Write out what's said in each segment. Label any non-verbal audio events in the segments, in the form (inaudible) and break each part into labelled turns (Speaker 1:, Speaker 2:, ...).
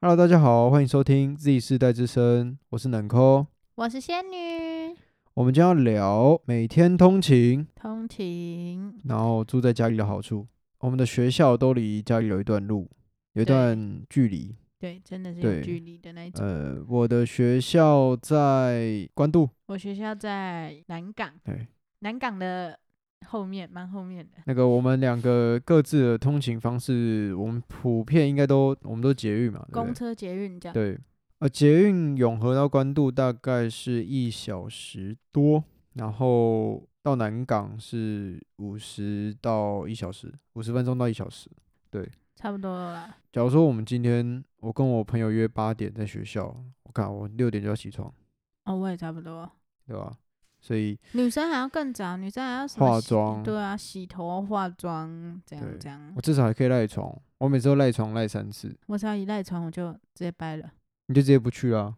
Speaker 1: Hello，大家好，欢迎收听 Z 世代之声，我是冷抠。
Speaker 2: 我是仙女，
Speaker 1: 我们将要聊每天通勤，
Speaker 2: 通勤
Speaker 1: 然后住在家里的好处。我们的学校都离家里有一段路，有一
Speaker 2: 对
Speaker 1: 段距离。
Speaker 2: 对，真的是
Speaker 1: 对
Speaker 2: 有距离的那一种。
Speaker 1: 呃，我的学校在关渡，
Speaker 2: 我学校在南港，
Speaker 1: 对，
Speaker 2: 南港的后面，蛮后面的。
Speaker 1: 那个我们两个各自的通勤方式，我们普遍应该都我们都捷运嘛，对不
Speaker 2: 公
Speaker 1: 对？
Speaker 2: 车、捷运这样，
Speaker 1: 对，呃，捷运永和到关渡大概是一小时多，然后到南港是五十到一小时，五十分钟到一小时。
Speaker 2: 差不多了啦。
Speaker 1: 假如说我们今天我跟我朋友约八点在学校，我看我六点就要起床，
Speaker 2: 哦，我也差不多。
Speaker 1: 对吧？所以
Speaker 2: 女生还要更早，女生还要什么
Speaker 1: 化
Speaker 2: 洗
Speaker 1: 妆，
Speaker 2: 对啊，洗头、化妆，这
Speaker 1: 对
Speaker 2: 样这样
Speaker 1: 我。至少还可以赖床。我每次都赖床赖三次，
Speaker 2: 我只要一赖床，我就直接掰了。
Speaker 1: 你就直接不去啊？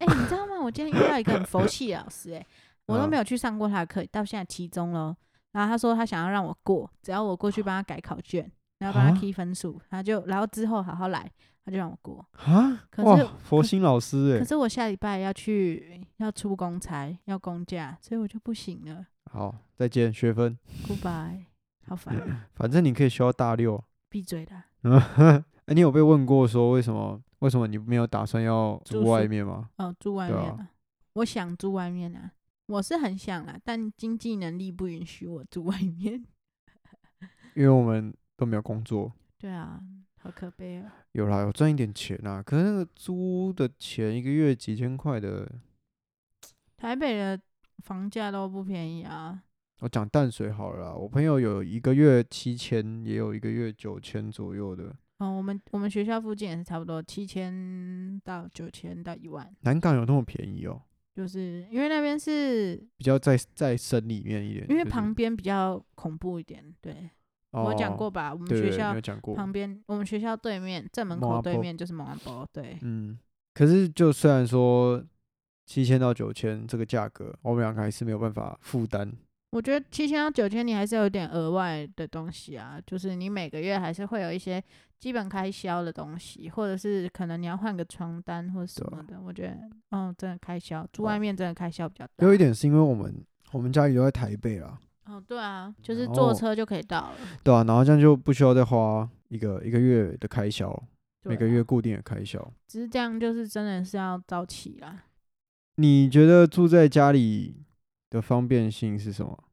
Speaker 2: 哎、你知道吗？我今天遇到一个很佛系的老师、哎，我都
Speaker 1: 嗯
Speaker 2: 没有去上过他的课，到现在期中了。然后他说他想要让我过，只要我过去帮他改考卷，然后帮
Speaker 1: 啊
Speaker 2: 他 key 分数，他就然后之后好好来，他就让我过。
Speaker 1: 啊？
Speaker 2: 可是
Speaker 1: 哇，佛
Speaker 2: 可
Speaker 1: 心老师哎、
Speaker 2: 可是我下礼拜要去要出公差，要公假，所以我就不行了。
Speaker 1: 好，再见，学分。
Speaker 2: Goodbye，好烦哦，
Speaker 1: 反正你可以修到大六啊。
Speaker 2: 闭嘴啦！
Speaker 1: (laughs) 哎、你有被问过说为什么为什么你没有打算要住
Speaker 2: 住宿
Speaker 1: 外面吗？
Speaker 2: 哦，住外
Speaker 1: 对
Speaker 2: 面
Speaker 1: 啊
Speaker 2: 啊，我想住外面啊，我是很想啦，但经济能力不允许我住外面。 (laughs)
Speaker 1: 因为我们都没有工作，
Speaker 2: 对啊，好可悲啊。
Speaker 1: 有啦，有赚一点钱啦，可是那个租的钱一个月几千块的，
Speaker 2: 台北的房价都不便宜啊，
Speaker 1: 我讲淡水好了啦，我朋友有一个月七千，也有一个月九千左右的。
Speaker 2: 嗯，我们我们学校附近也是差不多七千到九千到一万，
Speaker 1: 南港有那么便宜哦、
Speaker 2: 就是因为那边是
Speaker 1: 比较在在省里面一点，
Speaker 2: 因为
Speaker 1: 就是
Speaker 2: 旁边比较恐怖一点，对、我
Speaker 1: 哦
Speaker 2: 讲过吧，我们
Speaker 1: 对
Speaker 2: 学
Speaker 1: 对你
Speaker 2: 校
Speaker 1: 有讲过，
Speaker 2: 旁边，我们学校对面正门
Speaker 1: 摩阿
Speaker 2: 口对
Speaker 1: 波
Speaker 2: 面就是蒙阿波，对，
Speaker 1: 嗯，可是就虽然说七千到九千这个价格，我们两个还是没有办法负担。
Speaker 2: 我觉得七千到九千你还是有点额外的东西啊，就是你每个月还是会有一些基本开销的东西，或者是可能你要换个床单或什
Speaker 1: 对啊
Speaker 2: 么的。我觉得，嗯，真的开销，住
Speaker 1: 哦
Speaker 2: 外面真的开销比较大。
Speaker 1: 有一点是因为我们我们家里都在台北啦，
Speaker 2: 哦，对啊，就是
Speaker 1: 然
Speaker 2: 坐
Speaker 1: 后
Speaker 2: 车就可以到了。
Speaker 1: 对啊，然后这样就不需要再花一个一个月的开销，
Speaker 2: 对
Speaker 1: 每个
Speaker 2: 啊
Speaker 1: 月，固定的开销。
Speaker 2: 只是这样就是真的是要早起啦。
Speaker 1: 你觉得住在家里的方便性是什么？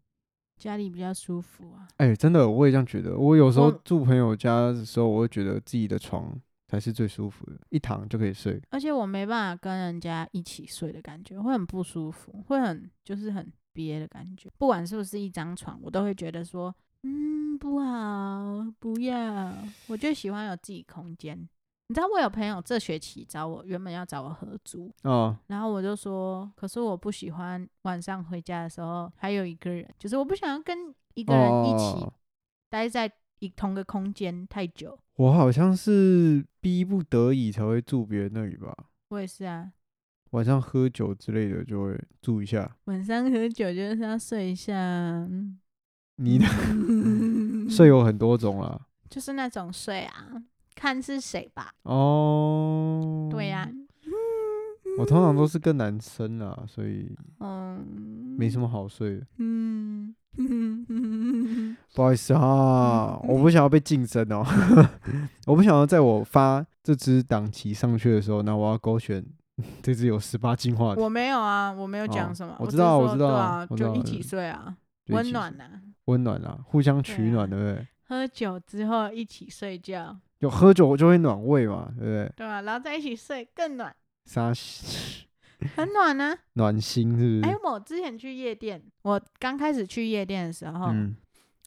Speaker 2: 家里比较舒服啊。
Speaker 1: 哎、真的，我也这样觉得。我有时候
Speaker 2: 我
Speaker 1: 住朋友家的时候，我会觉得自己的床才是最舒服的，一躺就可以睡。
Speaker 2: 而且我没办法跟人家一起睡的感觉，会很不舒服，会很就是很憋的感觉。不管是不是一张床，我都会觉得说，嗯，不好，不要。我就喜欢有自己空间。你知道我有朋友这学期找我，原本要找我合租，
Speaker 1: 啊，
Speaker 2: 然后我就说，可是我不喜欢晚上回家的时候还有一个人，就是我不想要跟一
Speaker 1: 一
Speaker 2: 个人一起
Speaker 1: 哦、
Speaker 2: 待在一同个空间太久。
Speaker 1: 我好像是逼不得已才会住别人那里吧。
Speaker 2: 我也是啊，
Speaker 1: 晚上喝酒之类的就会住一下。
Speaker 2: 晚上喝酒就是要睡一下，嗯
Speaker 1: 你的 (laughs) 睡有很多种啦。
Speaker 2: (laughs) 就是那种睡啊，看是谁吧。
Speaker 1: 哦，
Speaker 2: 对呀、
Speaker 1: 我通常都是跟男生啦，所以
Speaker 2: 嗯，
Speaker 1: 没什么好睡的。 (laughs)
Speaker 2: 嗯，嗯，
Speaker 1: 不好意思啊，我不想要被竞争哦， (laughs) 我不想要在我发这支档期上去的时候，那我要勾选这支有十八进化的。
Speaker 2: 我没有啊，我没有
Speaker 1: 哦
Speaker 2: 讲什么，
Speaker 1: 我
Speaker 2: 只
Speaker 1: 知道
Speaker 2: 是
Speaker 1: 我
Speaker 2: 说
Speaker 1: 知道
Speaker 2: 对
Speaker 1: 啊
Speaker 2: 啊，
Speaker 1: 我知道
Speaker 2: 就一
Speaker 1: 嗯
Speaker 2: 起睡
Speaker 1: (laughs)
Speaker 2: 啊，
Speaker 1: 对
Speaker 2: 温
Speaker 1: 其实
Speaker 2: 暖呐、
Speaker 1: 温暖啦，互相取
Speaker 2: 对啊
Speaker 1: 暖，对不对？
Speaker 2: 喝酒之后一起睡觉，
Speaker 1: 有喝酒就会暖胃嘛，对不对？
Speaker 2: 对吧、然后在一起睡更暖，
Speaker 1: 杀心
Speaker 2: 很暖呢、
Speaker 1: (laughs) 暖心是不
Speaker 2: 哎、
Speaker 1: 是？
Speaker 2: 我之前去夜店，我刚开始去夜店的时候，
Speaker 1: 嗯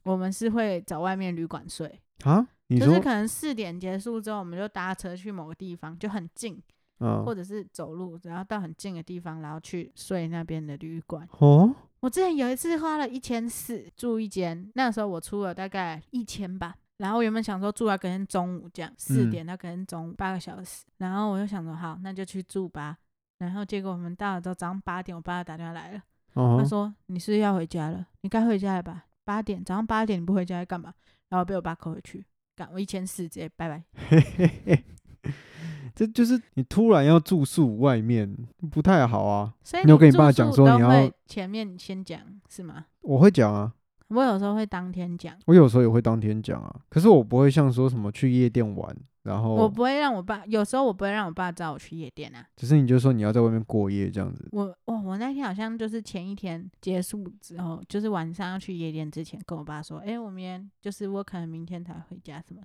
Speaker 2: 我们是会找外面旅馆睡，
Speaker 1: 啊，你
Speaker 2: 就是
Speaker 1: 说
Speaker 2: 可能四点结束之后，我们就搭车去某个地方，就很近，或
Speaker 1: 嗯
Speaker 2: 者是走路，然后到很近的地方，然后去睡那边的旅馆。
Speaker 1: 哦，
Speaker 2: 我之前有一次花了一千四住一间，那时候我出了大概一千吧。然后我原本想说住到隔天中午这样，四
Speaker 1: 嗯
Speaker 2: 点到隔天中午八个小时。然后我就想说好，那就去住吧。然后结果我们到了之后早上八点，我爸打电话来了，
Speaker 1: 哦
Speaker 2: 他，说你是不是要回家了，你该回家了吧？八点早上八点你不回家干嘛？然后被我爸扣回去。干我一千四直接拜拜。
Speaker 1: (laughs) 这就是你突然要住宿外面，不太好啊。
Speaker 2: 所以
Speaker 1: 你有跟你
Speaker 2: 住
Speaker 1: 爸讲
Speaker 2: 宿
Speaker 1: 说
Speaker 2: 都
Speaker 1: 你要
Speaker 2: 会前面先讲是吗？
Speaker 1: 我会讲啊，
Speaker 2: 我有时候会当天讲，
Speaker 1: 我有时候也会当天讲啊，可是我不会像说什么去夜店玩，然
Speaker 2: 我
Speaker 1: 后
Speaker 2: 不会让我爸，有时候我不会让我爸知道我去夜店啊。
Speaker 1: 只是你就说你要在外面过夜这样子。
Speaker 2: 我我我那天好像就是前一天结束之后，就是晚上要去夜店之前，跟我爸说，诶，我明天就是我可能明天才回家什么。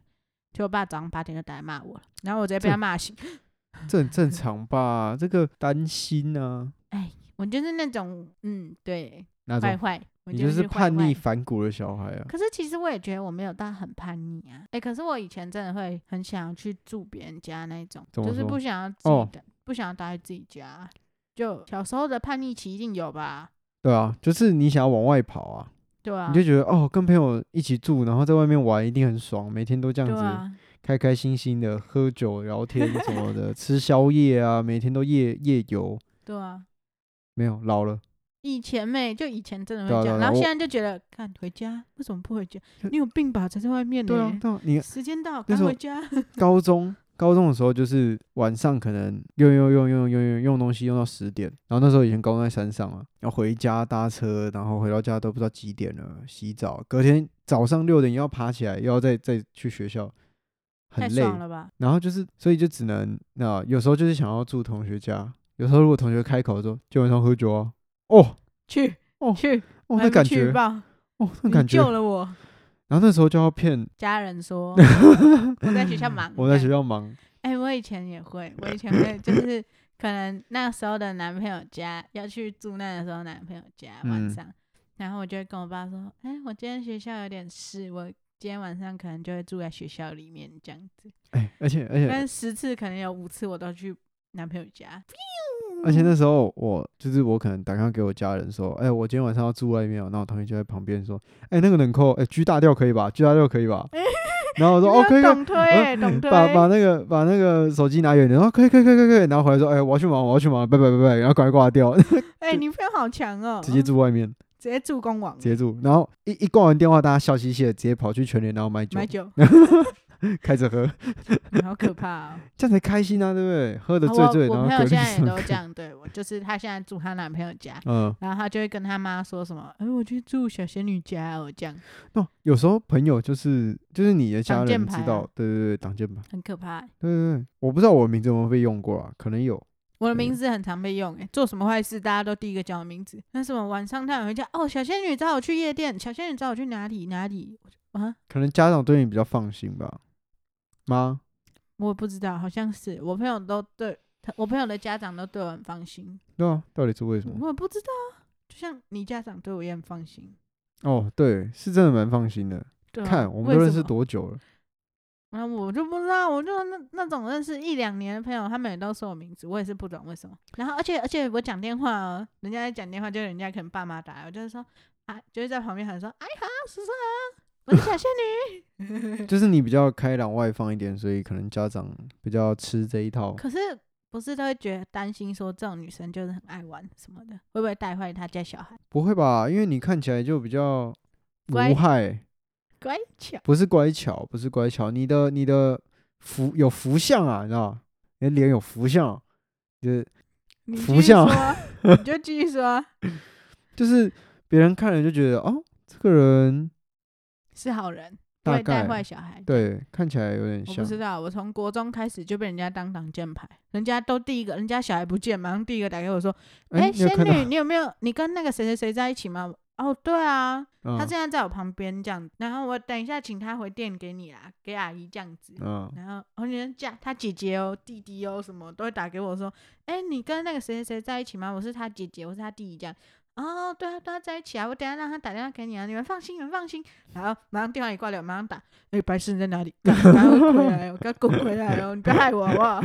Speaker 2: 就我爸早上八点就打来骂我了，然后我直接被
Speaker 1: 这
Speaker 2: 他骂醒。
Speaker 1: 这很
Speaker 2: (laughs)
Speaker 1: 正常吧？这个担心啊，
Speaker 2: 我就是那种，嗯，对，
Speaker 1: 那
Speaker 2: 坏
Speaker 1: 种
Speaker 2: 坏，我
Speaker 1: 你就是是
Speaker 2: 坏
Speaker 1: 叛逆
Speaker 2: 坏。
Speaker 1: 反骨的小孩啊。
Speaker 2: 可是其实我也觉得我没有到很叛逆啊，诶，可是我以前真的会很想要去住别人家那一种，
Speaker 1: 怎么
Speaker 2: 就是
Speaker 1: 说
Speaker 2: 不想要自
Speaker 1: 哦
Speaker 2: 己的，不想要待在自己家。就小时候的叛逆期一定有吧？
Speaker 1: 对啊，就是你想要往外跑啊，
Speaker 2: 对啊，
Speaker 1: 你就觉得哦，跟朋友一起住，然后在外面玩一定很爽，每天都这样
Speaker 2: 对
Speaker 1: 子，
Speaker 2: 啊，
Speaker 1: 开开心心的喝酒聊天什么的， (laughs) 吃宵夜啊，每天都夜夜游。
Speaker 2: 对啊。
Speaker 1: 没有老了，
Speaker 2: 以前没，就以前真的会
Speaker 1: 对啊
Speaker 2: 这样，
Speaker 1: 对啊
Speaker 2: 然后
Speaker 1: 我
Speaker 2: 现在就觉得，看回家为什么不回家
Speaker 1: 就？
Speaker 2: 你有病吧？才在外面呢、
Speaker 1: 对啊，对啊，你
Speaker 2: 时间到，
Speaker 1: 那
Speaker 2: 赶
Speaker 1: 时候
Speaker 2: 回家。
Speaker 1: 高中高中的时候，就是晚上可能用用用用用用用东西用到十点，然后那时候以前高中在山上嘛，要回家搭车，然后回到家都不知道几点了，洗澡，隔天早上六点又要爬起来，又要再再去学校，
Speaker 2: 太
Speaker 1: 很累。
Speaker 2: 爽了吧？
Speaker 1: 然后就是，所以就只能那、有时候就是想要住同学家，有时候如果同学开口说今晚上喝酒啊，哦
Speaker 2: 去、
Speaker 1: 哦
Speaker 2: 去，
Speaker 1: 哦
Speaker 2: 还
Speaker 1: 那
Speaker 2: 不
Speaker 1: 感
Speaker 2: 去
Speaker 1: 觉，
Speaker 2: 吧，
Speaker 1: 哦那
Speaker 2: 你
Speaker 1: 感觉
Speaker 2: 救，了嗯我。
Speaker 1: 然后那时候就要骗
Speaker 2: 家人
Speaker 1: (laughs)
Speaker 2: 说我在学校忙，
Speaker 1: 我在
Speaker 2: 这
Speaker 1: 学
Speaker 2: 样。
Speaker 1: 校忙，
Speaker 2: 哎、我以前也会，我以前会就是可能那时候的男朋友家要去住那的时候男朋友家晚
Speaker 1: 嗯
Speaker 2: 上，然后我就会跟我爸说，哎、我今天学校有点事，我今天晚上可能就会住在学校里面这样子。
Speaker 1: 哎，而且而且
Speaker 2: 但十次可能有五次我都去男朋友家，
Speaker 1: 而且那时候我就是我可能打电话给我家人说，哎、我今天晚上要住外面哦，然后我同学就在旁边说，哎、那个冷扣，哎、g 大调可以吧？G 大调可
Speaker 2: (laughs)
Speaker 1: 以吧？然后我
Speaker 2: 我
Speaker 1: 说 OK，可以啊呃
Speaker 2: 懂推欸，懂推，
Speaker 1: 把把那个把那个手机拿远点，然后可以可以可以可以可以，然后回来说，哎、我要去忙，我要去忙，拜拜拜拜，然后赶快挂掉，
Speaker 2: 哎，你朋友好强哦，
Speaker 1: 直接
Speaker 2: 嗯
Speaker 1: 住外面，
Speaker 2: 直接住公网
Speaker 1: 直接住，然后一一挂完电话，大家笑嘻嘻的，直接跑去全联，然后买酒
Speaker 2: 买，
Speaker 1: (laughs)
Speaker 2: 酒，
Speaker 1: 开
Speaker 2: (laughs)
Speaker 1: 着喝，
Speaker 2: 好可怕哦。
Speaker 1: 这样才开心啊，对不对？喝的
Speaker 2: 啊
Speaker 1: 醉
Speaker 2: 我
Speaker 1: 醉，
Speaker 2: 我
Speaker 1: 然后
Speaker 2: 朋
Speaker 1: 隔
Speaker 2: 友
Speaker 1: 壁
Speaker 2: 现在也
Speaker 1: 上
Speaker 2: 都这样对我，就是她现在住她男朋友家。
Speaker 1: 嗯，
Speaker 2: 然后她就会跟她妈说什么：“哎，我去住小仙女家哦，这样
Speaker 1: 那有时候朋友就是就是你的家
Speaker 2: 挡箭
Speaker 1: 人
Speaker 2: 牌
Speaker 1: 知
Speaker 2: 啊
Speaker 1: 道，对对对，挡箭牌。
Speaker 2: 很可怕欸。
Speaker 1: 对对对，我不知道我的名字有没有被用过啊，可能有。”
Speaker 2: 我的
Speaker 1: 对
Speaker 2: 名字很常被用，哎，做什么坏事大家都第一个讲我名字。那什么晚上她也回家哦，小仙女找我去夜店，小仙女找我去哪里哪里，我就啊，
Speaker 1: 可能家长对你比较放心吧？妈，
Speaker 2: 我不知道，好像是我朋友都对他，我朋友的家长都对我很放心，
Speaker 1: 对啊，到底是为什么？
Speaker 2: 我也不知道啊，就像你家长对我也很放心。
Speaker 1: 哦，对，是真的蛮放心的。
Speaker 2: 对啊、
Speaker 1: 看我们
Speaker 2: 为
Speaker 1: 都认
Speaker 2: 什
Speaker 1: 识
Speaker 2: 么，
Speaker 1: 多久了？
Speaker 2: 那我就不知道，我就那那种认识一两年的朋友，他们也都说我名字，我也是不懂为什么。然后而且而且我讲电话、哦，人家在讲电话，就人家可能爸妈打来，我就是说啊，就是在旁边喊说，哎好，叔叔好，我是小仙
Speaker 1: (laughs)
Speaker 2: 女。
Speaker 1: 就是你比较开朗外放一点，所以可能家长比较吃这一套。
Speaker 2: 可是不是都会觉得担心，说这种女生就是很爱玩什么的，会不会带坏他家小孩？
Speaker 1: 不会吧？因为你看起来就比较
Speaker 2: 乖
Speaker 1: 无害，
Speaker 2: 乖巧。
Speaker 1: 不是乖巧，不是乖巧，你的你的福有福相啊，你知道吗？你的脸有福相，就是
Speaker 2: 你
Speaker 1: 福
Speaker 2: 继续
Speaker 1: 相 (laughs)
Speaker 2: 说，你就继续说，
Speaker 1: 就是别人看了就觉得哦，这个
Speaker 2: 嗯
Speaker 1: 人
Speaker 2: 是好人，不
Speaker 1: 大
Speaker 2: 会带坏
Speaker 1: 概
Speaker 2: 小孩。
Speaker 1: 对看起来有点
Speaker 2: 我
Speaker 1: 像
Speaker 2: 不。知道，我从国中开始就被人家当挡箭牌，人家都第一个，人家小孩不见，马上第一个打给我说：“哎、
Speaker 1: 你有
Speaker 2: 仙
Speaker 1: 看到
Speaker 2: 女，你有没有？你跟那个谁谁谁在一起吗？”哦，对啊，
Speaker 1: 嗯
Speaker 2: 他现在在我旁边这样，然后我等一下请他回电给你啦，给阿姨这样子。
Speaker 1: 嗯，
Speaker 2: 然后我人家他姐姐哦、弟弟哦什么都会打给我说，哎、你跟那个谁谁谁在一起吗？我是他姐姐，我是他弟弟这样。哦，对啊，对啊，在一起啊！我等一下让他打电话给你啊，你们放心，你们放心。然后马上电话一挂掉，马上打，哎、白痴你在哪里？赶快回来，我赶快滚回来哦！你不要害我好不 (laughs) 好？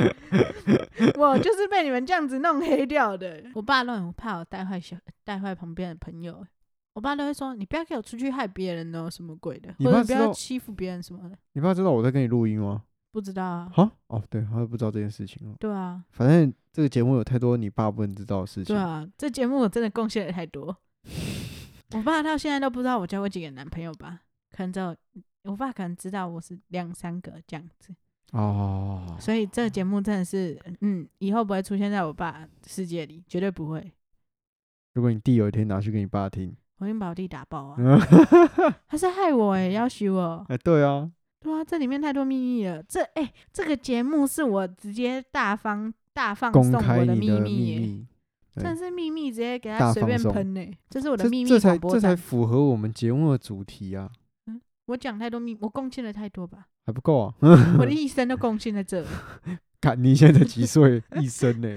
Speaker 2: 我就是被你们这样子弄黑掉的。我爸都很怕我带坏小带坏旁边的朋友，欸我爸都会说你不要给我出去害别人哦，什么鬼的，
Speaker 1: 你
Speaker 2: 或者
Speaker 1: 爸
Speaker 2: 不
Speaker 1: 知
Speaker 2: 要
Speaker 1: 道
Speaker 2: 欺负别人什么的。
Speaker 1: 你爸知道我在跟你录音吗？
Speaker 2: 不知道啊，
Speaker 1: 哈，哦，对，他不知道这件事情哦。
Speaker 2: 对啊，
Speaker 1: 反正这个节目有太多你爸不能知道的事情。
Speaker 2: 对啊，这节目我真的贡献了太多。我爸到现在都不知道我交过几个男朋友吧？可能只有我爸可能知道我是两三个这样子，
Speaker 1: (laughs) 哦，
Speaker 2: 所以这个节目真的是，嗯，以后不会出现在我爸世界里，绝对不会。
Speaker 1: 如果你弟有一天拿去给你爸听，
Speaker 2: 我已经把我弟打爆啊！
Speaker 1: 嗯
Speaker 2: 他是害我哎、要许我。
Speaker 1: (laughs) 哎，对啊，
Speaker 2: 对啊，这里面太多秘密了。这哎、这个节目是我直接大方大放
Speaker 1: 公
Speaker 2: 送
Speaker 1: 开
Speaker 2: 我
Speaker 1: 你
Speaker 2: 秘
Speaker 1: 的
Speaker 2: 密
Speaker 1: 秘
Speaker 2: 耶、
Speaker 1: 密，对
Speaker 2: 真的是秘密，直接给
Speaker 1: 大
Speaker 2: 他随
Speaker 1: 放
Speaker 2: 便
Speaker 1: 送
Speaker 2: 喷呢、欸这是我的
Speaker 1: 这
Speaker 2: 秘密
Speaker 1: 这才
Speaker 2: 广播
Speaker 1: 这才
Speaker 2: 站。
Speaker 1: 符合我们节目的主题啊，
Speaker 2: 我讲太多秘，我贡献了太多吧，
Speaker 1: 还不够啊？ (laughs)
Speaker 2: 我的一生都贡献在这了。
Speaker 1: 看你现在
Speaker 2: (laughs)
Speaker 1: 几岁，一生呢？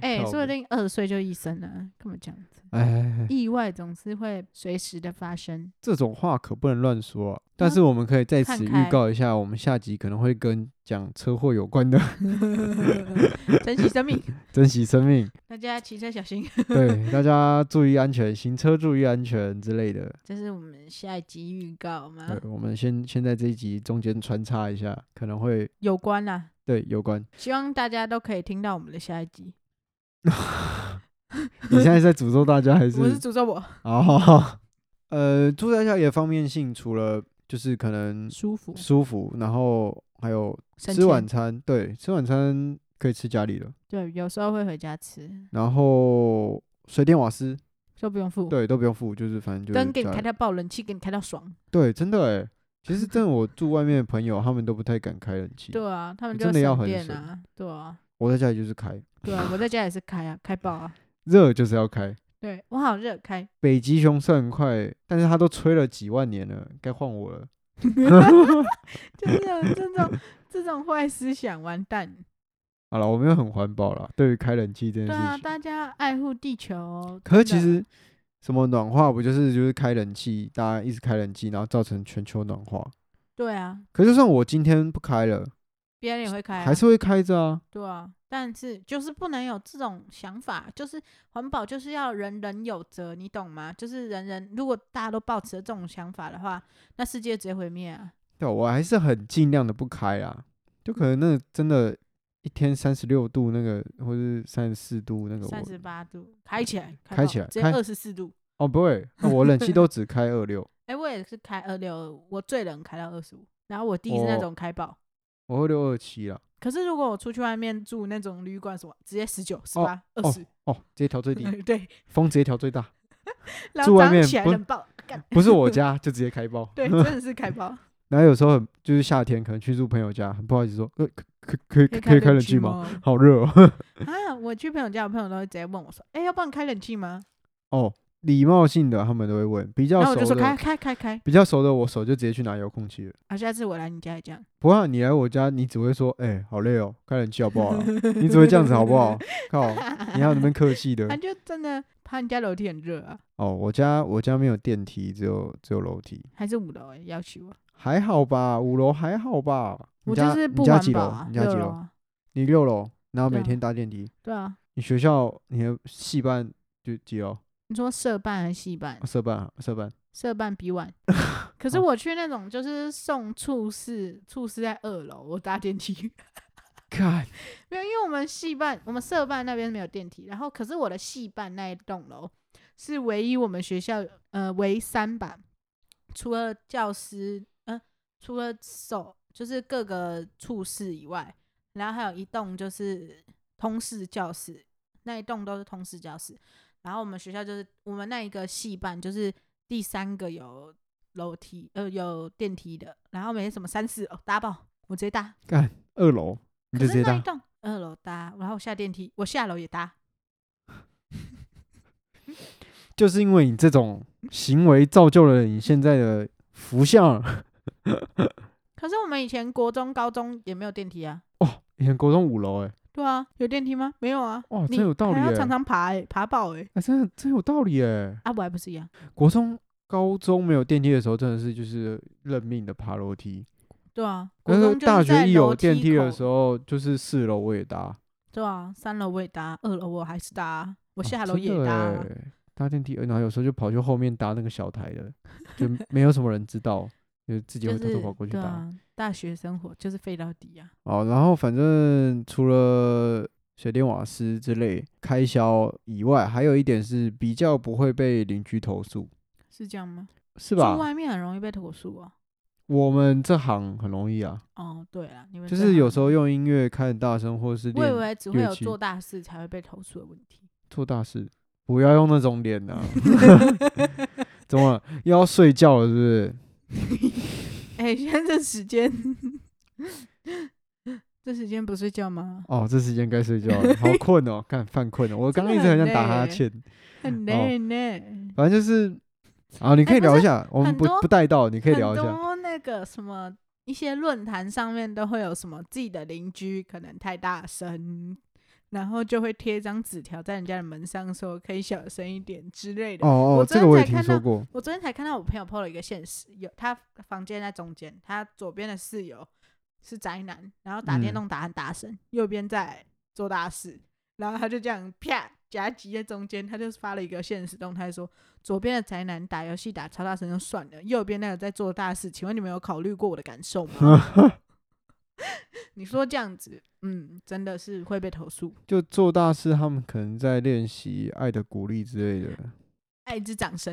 Speaker 2: 哎、
Speaker 1: 靠
Speaker 2: 说不
Speaker 1: 北
Speaker 2: 定二十岁就一生了，干嘛这样子？
Speaker 1: 哎，
Speaker 2: 意外总是会随时的发生。
Speaker 1: 这种话可不能乱说、啊。但
Speaker 2: 啊
Speaker 1: 是我们可以在
Speaker 2: 看
Speaker 1: 此预
Speaker 2: 开
Speaker 1: 告一下，我们下集可能会跟讲车祸有关的 (laughs) 嗯
Speaker 2: (laughs) 珍惜生命，
Speaker 1: 珍惜生
Speaker 2: (laughs)
Speaker 1: 命，
Speaker 2: 大家骑车小心。
Speaker 1: 对大家注意安全，行车注意安全之类的。
Speaker 2: (laughs) 这是我们下一集预告吗？
Speaker 1: 对，我们先先在这一集中间穿插一下，可能会
Speaker 2: 有关啦、啊，
Speaker 1: 对
Speaker 2: (laughs)
Speaker 1: 有关。
Speaker 2: 希望大家都可以听到我们的下一集。
Speaker 1: 你现在是在诅咒大家还是？
Speaker 2: 我是诅咒我
Speaker 1: (laughs) 哦，呃，住在家里的方便性，除了就是可能
Speaker 2: 舒服，
Speaker 1: 舒服，然后还有
Speaker 2: 省
Speaker 1: 吃晚
Speaker 2: 钱
Speaker 1: 餐，对，吃晚餐可以吃家里的，
Speaker 2: 对，有时候会回家吃，
Speaker 1: 然后水电瓦斯，
Speaker 2: 都不用付。
Speaker 1: 对，都不用付，就是反正就是
Speaker 2: 灯给你
Speaker 1: 家
Speaker 2: 开
Speaker 1: 里
Speaker 2: 到爆，冷气给你开到爽。
Speaker 1: 对，真的哎，其实真的我住外面的朋友，他们都不太敢开冷气，
Speaker 2: 对啊，他们就
Speaker 1: 真的要
Speaker 2: 省
Speaker 1: 很
Speaker 2: 电
Speaker 1: 省
Speaker 2: 啊，对啊，
Speaker 1: 我在家里就是开，
Speaker 2: 对啊，我在家也是开啊，开爆啊，
Speaker 1: 热就是要开。
Speaker 2: 对我好热，开。
Speaker 1: 北极熊虽然快，但是它都吹了几万年了，该换我了。
Speaker 2: (laughs) 就是有这
Speaker 1: (laughs)
Speaker 2: 种这种坏思想，完蛋。
Speaker 1: 好了，我没有很环保啦，对于开冷气这件
Speaker 2: 对
Speaker 1: 事
Speaker 2: 啊，
Speaker 1: 情。
Speaker 2: 大家爱护地球哦。
Speaker 1: 可是
Speaker 2: 真
Speaker 1: 其
Speaker 2: 的
Speaker 1: 实什么暖化不就是就是开冷气，大家一直开冷气，然后造成全球暖化。
Speaker 2: 对啊，
Speaker 1: 可是就算我今天不开了，
Speaker 2: 别人也会开、啊，
Speaker 1: 还是会开着啊。
Speaker 2: 对啊。但是就是不能有这种想法，就是环保就是要人人有责，你懂吗？就是人人如果大家都抱持着这种想法的话，那世界直接毁灭啊。
Speaker 1: 对，我还是很尽量的不开啊。就可能那个真的，一天三十六度那个，或是三十四度那个我，
Speaker 2: 三十八度，开起来，
Speaker 1: 开
Speaker 2: 爆
Speaker 1: 起来
Speaker 2: 直接
Speaker 1: 开
Speaker 2: 二十四度。
Speaker 1: 哦不会，那我冷气都只开二六，
Speaker 2: 哎、我也是开二六二，我最冷开到二十五，然后我弟是那
Speaker 1: 我
Speaker 2: 种开爆。
Speaker 1: 我二六二七啦。
Speaker 2: 可是如果我出去外面住那种旅馆什么，直接十九、十八、二 (laughs)
Speaker 1: 哦
Speaker 2: 十，
Speaker 1: 哦，直接调最低，
Speaker 2: 对，
Speaker 1: 风直接调最大，
Speaker 2: 然
Speaker 1: 住
Speaker 2: 后
Speaker 1: 外
Speaker 2: 早上
Speaker 1: 面
Speaker 2: 起来
Speaker 1: 不
Speaker 2: 冷
Speaker 1: (laughs)
Speaker 2: 爆，干，
Speaker 1: 不是我家就直接开爆。
Speaker 2: 对，真的是开爆。
Speaker 1: 然后有时候很就是夏天，可能去住朋友家，很不好意思说，呃，可可 (laughs) 可以可以开冷气吗？？好热哦。
Speaker 2: (laughs) 啊，我去朋友家，我朋友都会直接问我说：“哎、要帮你开冷气吗
Speaker 1: 哦，礼貌性的他们都会问，比？”较
Speaker 2: 然后
Speaker 1: 熟
Speaker 2: 我
Speaker 1: 的，
Speaker 2: 就说：“开开开开。
Speaker 1: 比较熟的，我手就直接去拿遥控器了。”
Speaker 2: 啊，下次我来你家也这样。
Speaker 1: 不然你来我家，你只会说，哎、好累哦，开冷气好不好、啊？你只会这样子好不好？靠，哦你还有
Speaker 2: (laughs)
Speaker 1: 那边客气的
Speaker 2: 他就真的怕人家楼梯很热啊，
Speaker 1: 哦。我家我家没有电梯，只有只有楼梯，
Speaker 2: 还是五楼哎、要求我。
Speaker 1: 还好吧？五楼还好吧？
Speaker 2: 我
Speaker 1: 你
Speaker 2: 就
Speaker 1: 家
Speaker 2: 是不
Speaker 1: 你家
Speaker 2: 环
Speaker 1: 几
Speaker 2: 保
Speaker 1: 楼
Speaker 2: 啊？，
Speaker 1: 你家几
Speaker 2: 六楼
Speaker 1: 楼？
Speaker 2: 啊？
Speaker 1: 你六楼，然后
Speaker 2: 对
Speaker 1: 每
Speaker 2: 啊
Speaker 1: 天搭电梯。
Speaker 2: 对啊，
Speaker 1: 你学校你的系办就几楼？
Speaker 2: 你说社办还是系办
Speaker 1: 啊？社办啊，社办。
Speaker 2: 社办比晚。可是我去那种就是送处室，处室在二楼，我搭电梯。
Speaker 1: 看，
Speaker 2: 没有，因为我们系办、我们社办那边没有电梯，然后可是我的系办那一栋楼是唯一我们学校呃唯三吧，除了教师呃除了手就是各个处室以外，然后还有一栋就是通识教室，那一栋都是通识教室。然后我们学校就是我们那一个系办就是第三个有楼梯呃有电梯的，然后没什么三四楼搭爆，我直接搭。
Speaker 1: 二楼你
Speaker 2: 可
Speaker 1: 就直
Speaker 2: 是
Speaker 1: 接
Speaker 2: 那一
Speaker 1: 搭，
Speaker 2: 栋二楼搭，然后我下电梯，我下楼也搭，
Speaker 1: 就是因为你这种行为造就了你现在的福相。 (laughs)
Speaker 2: 可是我们以前国中、高中也没有电梯啊。
Speaker 1: 哦，以前国中五楼哎，
Speaker 2: 对啊，有电梯吗？没有啊。
Speaker 1: 哇，
Speaker 2: 你
Speaker 1: 真有道理
Speaker 2: 还要
Speaker 1: 哎、
Speaker 2: 常常爬哎、爬爆哎、
Speaker 1: 哎、真的真有道理哎、
Speaker 2: 啊，我还不是一样。
Speaker 1: 国中、高中没有电梯的时候，真的是就是认命的爬楼梯。
Speaker 2: 对啊，国
Speaker 1: 但
Speaker 2: 中
Speaker 1: 是
Speaker 2: 就是
Speaker 1: 大
Speaker 2: 在
Speaker 1: 学一有
Speaker 2: 楼
Speaker 1: 电梯的
Speaker 2: 口
Speaker 1: 时，候，就是四楼我也搭，
Speaker 2: 对啊，三楼我也搭，二楼我还是搭啊，我
Speaker 1: 我
Speaker 2: 下楼也搭啊、
Speaker 1: 欸 (laughs) 搭电梯，呃然后有时候就跑去后面搭那个小台的，就没有什么人知道，就自己
Speaker 2: 就
Speaker 1: 会偷
Speaker 2: 是
Speaker 1: 偷跑过去
Speaker 2: 对
Speaker 1: 搭。
Speaker 2: 啊，大学生活就是废到底啊。
Speaker 1: 哦，然后反正除了水电瓦斯之类开销以外，还有一点是比较不会被邻居投诉，
Speaker 2: 是这样吗？
Speaker 1: 是吧？
Speaker 2: 住外面很容易被投诉啊。
Speaker 1: 我们这行很容易啊，
Speaker 2: 哦，对了，你们
Speaker 1: 就
Speaker 2: 这
Speaker 1: 是有
Speaker 2: 行
Speaker 1: 时候用音乐开很大声，或是
Speaker 2: 我以
Speaker 1: 练
Speaker 2: 为只会
Speaker 1: 乐
Speaker 2: 有
Speaker 1: 器
Speaker 2: 做大事才会被投诉的问题。
Speaker 1: 做大事，不要用那种脸
Speaker 2: (laughs)
Speaker 1: 啊！怎么了又要睡觉了？是不是？
Speaker 2: (laughs) 哎、现在这时间，这时间不睡觉吗？
Speaker 1: 哦，这时间该睡觉
Speaker 2: (laughs)
Speaker 1: 了，好困哦，看犯困哦。我刚刚一直很想打哈欠，
Speaker 2: 很
Speaker 1: 哦
Speaker 2: 累呢、
Speaker 1: 反正就是啊，你可以
Speaker 2: 哎不是
Speaker 1: 聊一下，我们
Speaker 2: 很
Speaker 1: 不
Speaker 2: 多
Speaker 1: 不带到，你可以
Speaker 2: 很
Speaker 1: 聊一下。
Speaker 2: 多那个什么一些论坛上面都会有什么自己的邻居可能太大声，然后就会贴一张纸条在人家的门上说可以小声一点之类的。
Speaker 1: 哦
Speaker 2: 我
Speaker 1: 哦，
Speaker 2: 昨
Speaker 1: 这
Speaker 2: 天
Speaker 1: 个我也
Speaker 2: 才
Speaker 1: 听
Speaker 2: 看
Speaker 1: 说
Speaker 2: 到
Speaker 1: 过。
Speaker 2: 我昨天才看到我朋友 PO 了一个现实，有他房间在中间，他左边的室友是宅男，然后打电
Speaker 1: 嗯
Speaker 2: 动打很大声，右边在做大事，然后他就这样啪夹击在中间，他就发了一个现实动态说，左边的宅男打游戏打超大声就算了，右边那个在做大事，请问你们有考虑过我的感受吗？你说这样子，嗯，真的是会被投诉。
Speaker 1: (laughs) 就做大事，他们可能在练习爱的鼓励之类的。
Speaker 2: 爱之掌
Speaker 1: (laughs)
Speaker 2: 声，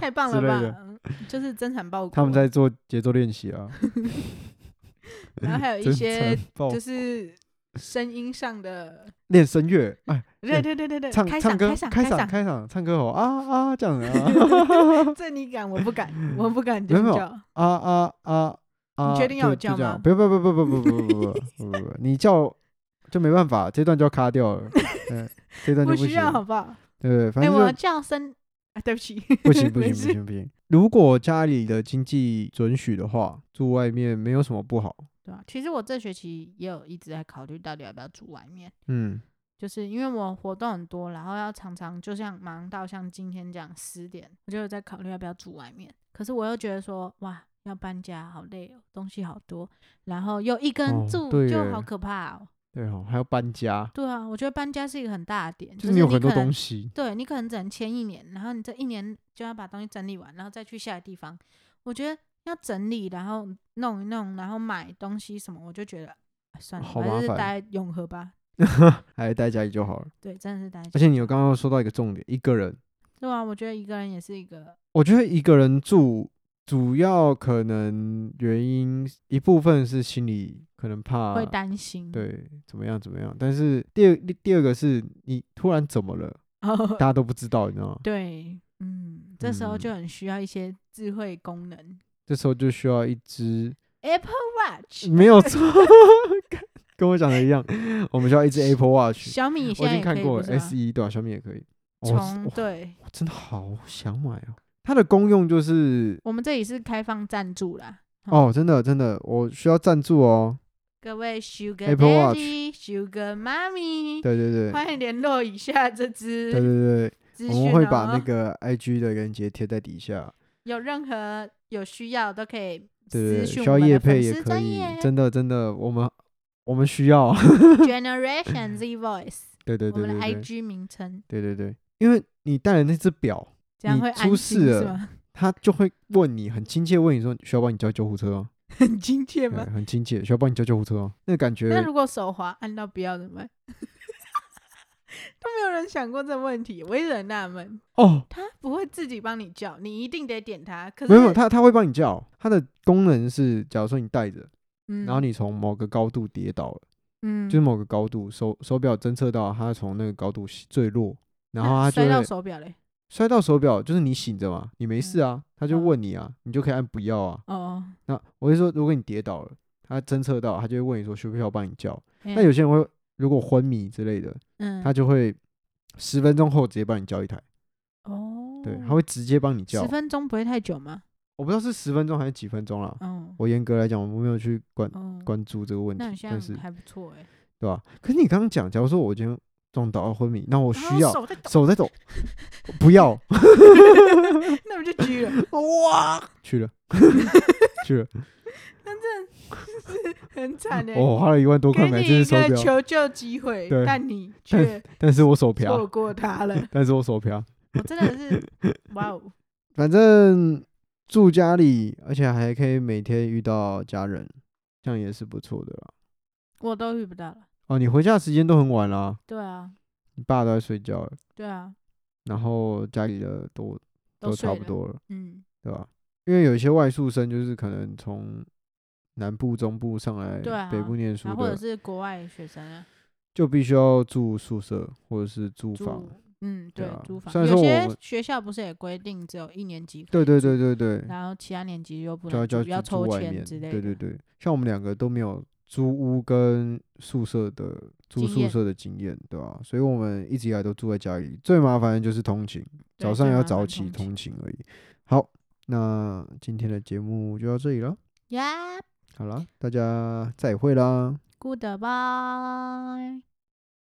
Speaker 2: 太棒了
Speaker 1: 之类
Speaker 2: 吧
Speaker 1: 的！
Speaker 2: 嗯就是增产报国。
Speaker 1: 他们在做节奏练习啊，
Speaker 2: (laughs) 然后还有一
Speaker 1: (laughs) 真
Speaker 2: 些
Speaker 1: 残暴
Speaker 2: 就是声音上的，
Speaker 1: 练声乐，哎，
Speaker 2: 对对对对对，
Speaker 1: 唱
Speaker 2: 开
Speaker 1: 唱
Speaker 2: 嗓
Speaker 1: 歌，
Speaker 2: 开嗓开
Speaker 1: 场 (laughs)
Speaker 2: 嗓，
Speaker 1: 开场，唱歌吼啊啊这样的啊
Speaker 2: 这你敢我不
Speaker 1: (laughs)
Speaker 2: 敢，我不敢
Speaker 1: 没有
Speaker 2: 尖
Speaker 1: 没有
Speaker 2: 叫。
Speaker 1: 啊啊啊啊！
Speaker 2: 你确定要
Speaker 1: 就
Speaker 2: 我
Speaker 1: 就
Speaker 2: 叫
Speaker 1: 这样
Speaker 2: 吗
Speaker 1: 不不不不不不不不不不不不，你叫就没办法，这段就要卡掉了，嗯，这段就
Speaker 2: 不
Speaker 1: 不
Speaker 2: 需
Speaker 1: 行，
Speaker 2: 要，好不好？
Speaker 1: 对对，反
Speaker 2: 哎，我要
Speaker 1: 正就
Speaker 2: 叫声，啊，对不
Speaker 1: (laughs)
Speaker 2: 起，
Speaker 1: 不行不
Speaker 2: 没
Speaker 1: 行不
Speaker 2: 事
Speaker 1: 行不行。如果家里的经济准许的话，住外面没有什么不好，
Speaker 2: 对啊，其实我这学期也有一直在考虑到底要不要住外面，
Speaker 1: 嗯
Speaker 2: 就是因为我活动很多，然后要常常就像忙到像今天这样十点，我就有在考虑要不要住外面。可是我又觉得说，哇，要搬家好累哦，东西好多，然后又一个
Speaker 1: 哦
Speaker 2: 人住
Speaker 1: 对
Speaker 2: 就
Speaker 1: 耶
Speaker 2: 好可怕哦。
Speaker 1: 对哦，还要搬家，
Speaker 2: 对啊，我觉得搬家是一个很大的点，
Speaker 1: 就是
Speaker 2: 是
Speaker 1: 你有很多
Speaker 2: 可能
Speaker 1: 东西，
Speaker 2: 对你可能只能签一年，然后你这一年就要把东西整理完，然后再去下个地方。我觉得要整理，然后弄一弄，然后买东西什么，我就觉得哎算了，
Speaker 1: 好
Speaker 2: 我还
Speaker 1: 麻
Speaker 2: 是
Speaker 1: 烦
Speaker 2: 待永和吧。
Speaker 1: 还是待家里就好了。
Speaker 2: 对，真的是待家。
Speaker 1: 而且你有刚刚说到一个重点，一个人，
Speaker 2: 对啊，我觉得一个人也是一个
Speaker 1: 我觉得一个人住主要可能原因一部分是心里可能怕
Speaker 2: 会担心。，
Speaker 1: 呃对怎么样怎么样，但是第二第二个是你突然怎么了，
Speaker 2: 哦
Speaker 1: 大，家都不知道，你知道吗？
Speaker 2: 对，嗯，这时候就
Speaker 1: 嗯
Speaker 2: 很需要一些智慧功能
Speaker 1: 这时候就需要一
Speaker 2: (laughs)
Speaker 1: 只
Speaker 2: ，Apple Watch。
Speaker 1: 没有错，跟我讲的一样，我们需要一只 Apple Watch。
Speaker 2: 小米现
Speaker 1: 我已
Speaker 2: 在
Speaker 1: 经
Speaker 2: 也可
Speaker 1: 看
Speaker 2: 以
Speaker 1: 过
Speaker 2: 不
Speaker 1: 了
Speaker 2: 是吗
Speaker 1: S E 一，对吧、小米也可以。哦我是
Speaker 2: 从
Speaker 1: 我
Speaker 2: 对，
Speaker 1: 我真的好想买哦！它的功用就是
Speaker 2: 我们这里是开放赞助啦。
Speaker 1: 哦，真的真的，我需要赞助哦。
Speaker 2: 各位 Sugar
Speaker 1: Apple Watch
Speaker 2: Daddy、Sugar Mommy，
Speaker 1: 对对对，
Speaker 2: 欢迎联络以下这
Speaker 1: 对
Speaker 2: 支
Speaker 1: 对
Speaker 2: 资讯、
Speaker 1: 对，我
Speaker 2: 哦、
Speaker 1: 们会把那个 IG 的链接贴在底下。
Speaker 2: 有任何有需要都可以
Speaker 1: 对
Speaker 2: 私
Speaker 1: 对
Speaker 2: 讯
Speaker 1: 对，
Speaker 2: 我
Speaker 1: 宵
Speaker 2: 们
Speaker 1: 夜
Speaker 2: 的
Speaker 1: 配
Speaker 2: 粉
Speaker 1: 也
Speaker 2: 丝
Speaker 1: 可
Speaker 2: 专
Speaker 1: 以
Speaker 2: 业，
Speaker 1: 真的真的，我们我们
Speaker 2: (laughs)
Speaker 1: 需要。
Speaker 2: Generation
Speaker 1: (laughs)
Speaker 2: Z Voice，
Speaker 1: 对对
Speaker 2: 我
Speaker 1: 对
Speaker 2: 们的
Speaker 1: 对对
Speaker 2: IG 名称，
Speaker 1: 对对对，因为你带了那只表，
Speaker 2: 这样
Speaker 1: 你
Speaker 2: 会
Speaker 1: 出
Speaker 2: 安
Speaker 1: 事
Speaker 2: 心是
Speaker 1: 了
Speaker 2: 吗？ (laughs)
Speaker 1: 他就会问你，很亲切问你说需要帮你叫救护车吗？
Speaker 2: 很亲切
Speaker 1: 对
Speaker 2: 吗？
Speaker 1: 很亲切，需要帮你叫救护车吗？那个感
Speaker 2: 那
Speaker 1: 觉
Speaker 2: 如果手滑按到不要怎么办？都没有人想过这问题，我一直很纳闷，
Speaker 1: 哦，
Speaker 2: 他不会自己帮你叫，你一定得点他。可是，
Speaker 1: 没有没有，他他会帮你叫，它的功能是，假如说你带着，
Speaker 2: 嗯，
Speaker 1: 然后你从某个高度跌倒了。
Speaker 2: 嗯，
Speaker 1: 就是某个高度，手手表侦测到它从那个高度坠落，然
Speaker 2: 那
Speaker 1: 后它就
Speaker 2: 啊摔到
Speaker 1: 会
Speaker 2: 手表嘞。
Speaker 1: 摔到手表，就是你醒着嘛，你没事啊，它就
Speaker 2: 嗯
Speaker 1: 问你啊，你就可以按不要啊。
Speaker 2: 哦，
Speaker 1: 那我会说，如果你跌倒了，它侦测到，它就会问你说需不需要帮你叫。
Speaker 2: 那
Speaker 1: 那有些人会如果昏迷之类的，
Speaker 2: 嗯，
Speaker 1: 他就会十分钟后直接帮你叫一台，
Speaker 2: 哦，
Speaker 1: 对，他会直接帮你叫
Speaker 2: 十。分钟不会太久吗？
Speaker 1: 我不知道是十分钟还是几分钟啦，
Speaker 2: 哦，
Speaker 1: 我严格来讲我没有去关
Speaker 2: 哦，
Speaker 1: 关注这个问
Speaker 2: 那你
Speaker 1: 题，但
Speaker 2: 现
Speaker 1: 是
Speaker 2: 在还不错哎，
Speaker 1: 对吧？可是你刚刚讲，假如说我今天撞倒了昏迷，那我
Speaker 2: 我 (laughs)
Speaker 1: 需要。
Speaker 2: 手在抖，
Speaker 1: 手在抖，不要，
Speaker 2: 那我就举了，
Speaker 1: 哇，
Speaker 2: (laughs)
Speaker 1: 去了，去了， (laughs)
Speaker 2: 很惨哎。
Speaker 1: 哦我花了一万多
Speaker 2: 给
Speaker 1: 块买这
Speaker 2: 你
Speaker 1: 只
Speaker 2: 一
Speaker 1: 手
Speaker 2: 个
Speaker 1: 表，
Speaker 2: 求救机会
Speaker 1: 对，
Speaker 2: 但你却
Speaker 1: (laughs) 但是我手瓢。
Speaker 2: 错，过他了
Speaker 1: (laughs) 但是我手瓢，
Speaker 2: 我真的是，哇哦，
Speaker 1: 反正住家里，而且还可以每天遇到家人，这样也是不错的啦。
Speaker 2: 我都遇不到了。
Speaker 1: 哦，你回家的时间都很晚啦，
Speaker 2: 对啊，
Speaker 1: 你爸都在睡觉了，
Speaker 2: 对啊，
Speaker 1: 然后家里的都
Speaker 2: 都睡
Speaker 1: 都差不
Speaker 2: 了。
Speaker 1: 多了，
Speaker 2: 嗯，
Speaker 1: 对吧？因为有一些外宿生就是可能从南部、中部上来
Speaker 2: 对啊
Speaker 1: 北部念书
Speaker 2: 然后或者
Speaker 1: 的，
Speaker 2: 是国外学生啊，
Speaker 1: 就必须要住宿舍或者是租房
Speaker 2: 租。嗯，
Speaker 1: 对
Speaker 2: 对
Speaker 1: 啊，
Speaker 2: 租房
Speaker 1: 虽然
Speaker 2: 有
Speaker 1: 说
Speaker 2: 些
Speaker 1: 我们
Speaker 2: 学校不是也规定只有一年级，
Speaker 1: 对对，对对对，
Speaker 2: 然后其他年级又不
Speaker 1: 就
Speaker 2: 能
Speaker 1: 要就
Speaker 2: 租，要
Speaker 1: 要
Speaker 2: 抽
Speaker 1: 住外
Speaker 2: 签
Speaker 1: 面。
Speaker 2: 之类的。
Speaker 1: 对对对，像我们两个都没有租屋跟宿舍的住
Speaker 2: 经
Speaker 1: 宿
Speaker 2: 验
Speaker 1: 舍的经验，对吧、所以我们一直以来都住在家里。最麻烦的就是通勤，
Speaker 2: 对
Speaker 1: 早上
Speaker 2: 最
Speaker 1: 要
Speaker 2: 麻
Speaker 1: 早
Speaker 2: 烦
Speaker 1: 起
Speaker 2: 通
Speaker 1: 通勤而已。好，那今天的节目就到这里了。
Speaker 2: 呀
Speaker 1: 好啦，大家再会啦。
Speaker 2: ，Goodbye。